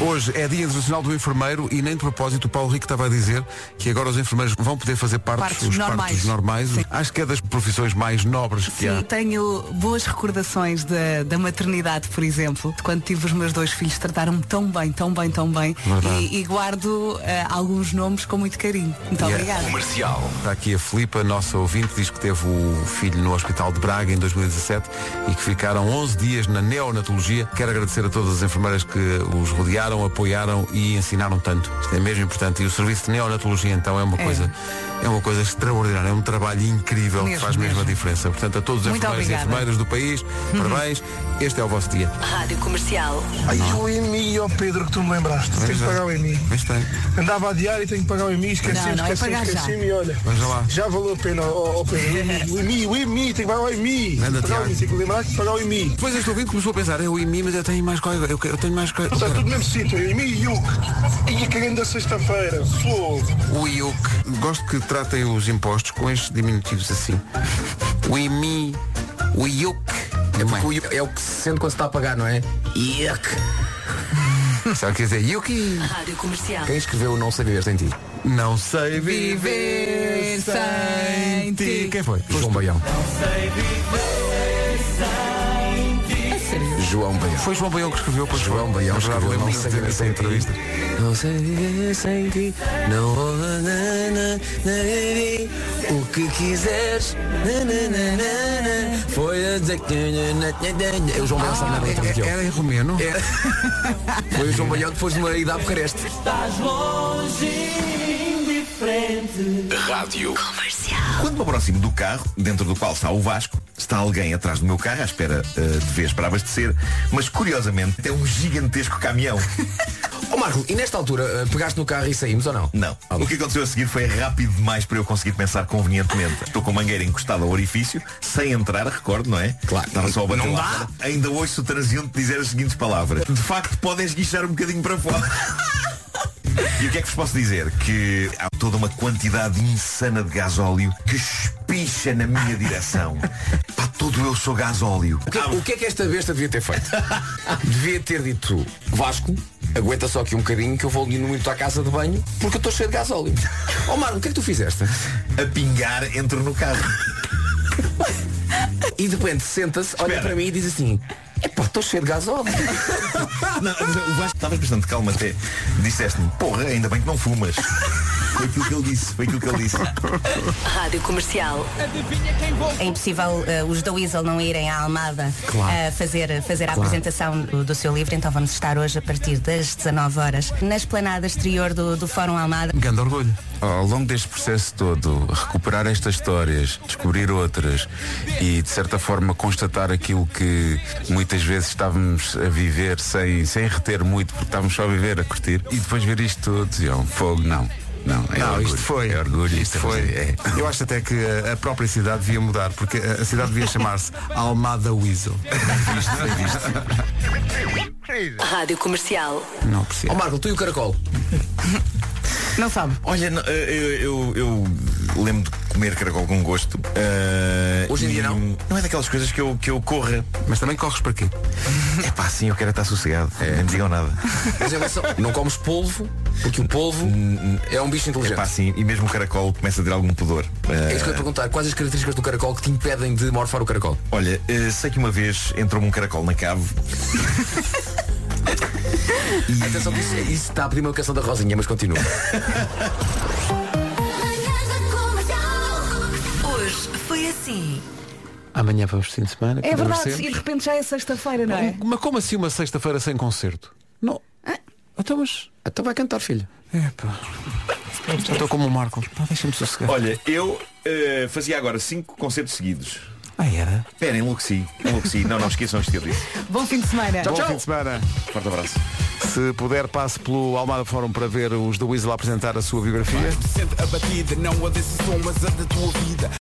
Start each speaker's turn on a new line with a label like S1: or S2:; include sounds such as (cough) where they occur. S1: Hoje é Dia Internacional do Enfermeiro e nem de propósito o Paulo Rico estava a dizer que agora os enfermeiros vão poder fazer partos,
S2: Partos
S1: os
S2: normais.
S1: partos normais.
S2: Sim.
S1: Acho que é das profissões mais nobres que
S2: Sim,
S1: há.
S2: tenho boas recordações da, da maternidade, por exemplo, de quando tive os meus dois filhos, trataram-me tão bem, tão bem, tão bem.
S1: Verdade.
S2: E, e guardo eh, alguns nomes com muito carinho. Muito
S1: Yeah.
S2: obrigada.
S3: Comercial.
S1: Está aqui a Filipa, nossa ouvinte, diz que teve o filho no Hospital de Braga em 2017 e que ficaram 11 dias na neonatologia. Quero agradecer a todas as enfermeiras que os rodearam, apoiaram e ensinaram tanto. Isto é mesmo importante. E o serviço de neonatologia, então, é uma,
S2: É.
S1: Coisa, é uma coisa extraordinária. É um trabalho incrível que
S2: Mesmo,
S1: faz mesmo, a
S2: mesmo.
S1: diferença. Portanto, a todos os
S2: Muito
S1: enfermeiros e
S2: obrigada. Uhum.
S1: enfermeiras do país, parabéns. Este é o vosso dia.
S4: Rádio Comercial.
S5: Ai, o EMI, ó Pedro, que tu me lembraste. Tenho que pagar o EMI.
S1: Vês tem.
S5: Andava a diário e tenho que pagar o EMI, esqueci,
S2: Não, não, é
S5: esqueci,
S2: pagar já.
S5: esqueci-me e olha.
S1: Veja lá.
S5: Já valeu a pena, ó, ó Pedro. O EMI, o EMI, tenho que pagar o EMI. Tenho
S1: Anda,
S5: que pagar
S1: é
S5: o
S1: Tiago.
S5: EMI, tenho que lembrar que pagar o EMI.
S1: Depois é, este ouvinte começou a pensar, eu e mim, mas eu tenho mais coisa, eu, eu tenho mais coisa.
S5: Está tudo no mesmo sítio, EMI e Yuke. E a cagando da sexta-feira, fogo.
S1: O IUC. Gosto que tratem os impostos com estes diminutivos assim. O IMI, o IUC. É
S6: O iu- É o que se sente quando se está a pagar, não é? Yuck.
S1: Sabe o que quer dizer? IUC.
S4: Rádio Comercial.
S6: Quem escreveu Não Sei Viver Sem Ti?
S1: Não sei
S2: Viver sem ti.
S1: Quem foi?
S6: João
S1: Foste-
S6: Baião. João Baião.
S1: Foi João Baião que escreveu, pois foi.
S6: João Baião
S1: Mas já
S6: escreveu
S1: lembro-me
S6: Não Sei
S1: dessa-
S6: Viver
S1: dessa
S6: Sem Ti.
S1: entrevista.
S6: Não sei viver sem ti. Não vou- na, na, na, na, na, O que quiseres. Na, na, na, na, na. Foi a dizer que. na, na, na, na. O João Baião sabe nada melhor do que eu.
S1: Era em romeno?
S6: Foi o João Baião depois de uma ida a Bucareste.
S3: Rádio.
S7: Quando me aproximo do carro, dentro do qual está o Vasco, está alguém atrás do meu carro à espera eh, de vez para abastecer, mas curiosamente é um gigantesco caminhão.
S6: Ó Marco, e nesta altura, eh, pegaste no carro e saímos ou não?
S7: Não.
S6: Ah, bom.
S7: O que aconteceu a seguir foi rápido demais para eu conseguir pensar convenientemente. Estou com a mangueira encostada ao orifício, sem entrar, recordo, não é?
S6: Claro.
S7: Estava só a bater
S6: Não
S7: lá
S6: dá.
S7: fora. Ainda ouço o transiente dizer as seguintes palavras. De facto, podem esguichar um bocadinho para fora.
S6: (laughs)
S7: E o que é que vos posso dizer? Que há toda uma quantidade insana de gasóleo que espicha na minha
S6: (laughs)
S7: direção. Pá, todo eu sou gasóleo.
S6: O que, o que é que esta besta devia ter (laughs) feito? devia ter dito Vasco, aguenta só aqui um bocadinho que eu vou ali no minuto à casa de banho porque eu estou cheio de (laughs) gasóleo. Ó Marco, o que é que tu fizeste?
S7: A pingar entro no carro.
S6: E de repente senta-se, olha
S7: Espera.
S6: para mim e diz assim, epá, estou cheio de gasóleo.
S7: Não, mas o Vasco estavas bastante calmo até. Disseste-me, porra, ainda bem que não fumas. Foi aquilo que ele disse, foi aquilo que ele disse.
S4: Rádio Comercial.
S8: É impossível eh, os da Weasel não irem à Almada eh, fazer, fazer a apresentação do, do seu livro, então vamos estar hoje a partir das 19 horas na esplanada exterior do, do Fórum Almada.
S1: Grande orgulho.
S9: Ao longo deste processo todo, recuperar estas histórias, descobrir outras e, de certa forma, constatar aquilo que muitas vezes estávamos a viver sem, sem reter muito, porque estávamos só a viver, a curtir, e depois ver isto tudo, e, oh, fogo, não. Não, é
S1: Não,
S9: orgulho,
S1: isto foi.
S9: É orgulho,
S1: Isto
S9: é
S1: foi.
S9: fazer- é.
S1: Eu acho até que a- a própria cidade devia mudar, porque a a cidade devia (laughs) chamar-se Almada Weasel.
S4: Rádio Comercial.
S1: Não
S6: Ó
S1: percebo.
S6: Marco, tu e o caracol.
S2: Não sabe?
S7: Olha, não, eh, eu, eu, eu lembro de comer caracol com gosto. eh,
S6: Hoje em
S7: e
S6: dia não?
S7: Não é daquelas coisas que eu, que eu corra.
S1: Mas também corres para quê?
S7: É pá, sim, eu quero estar sossegado. é, Não me
S6: (laughs)
S7: digam nada.
S6: Mas em relação, não comes polvo, porque o polvo é um bicho
S7: É pá,
S6: inteligente.
S7: sim, e mesmo o caracol começa a ter algum pudor. Eh,
S6: É isso que eu ia perguntar, quais as características do caracol que te impedem de morfar o caracol?
S7: Olha, eh, sei que uma vez entrou-me um caracol na cave.
S6: E... Atenção que isso, isso está a pedir uma canção da Rosinha, mas continua.
S4: Hoje foi assim.
S10: Amanhã vamos de fim de semana.
S2: É verdade, e de repente já é sexta-feira, não é?
S1: Mas como assim uma sexta-feira sem concerto? Não. Então, mas.
S6: então vai cantar, filho.
S1: Epá. Já estou como o Marco. Pá, Deixa-me sossegar.
S7: Olha, eu eh, fazia agora cinco concertos seguidos.
S1: Ah, era?
S7: Espera, enlouqueci, enlouqueci. não, não esqueçam isto que eu disse.
S2: Bom fim de semana.
S1: Bom fim de semana.
S7: Forte abraço.
S1: Se puder, passe pelo Almada Fórum para ver os da Weasel apresentar a sua biografia.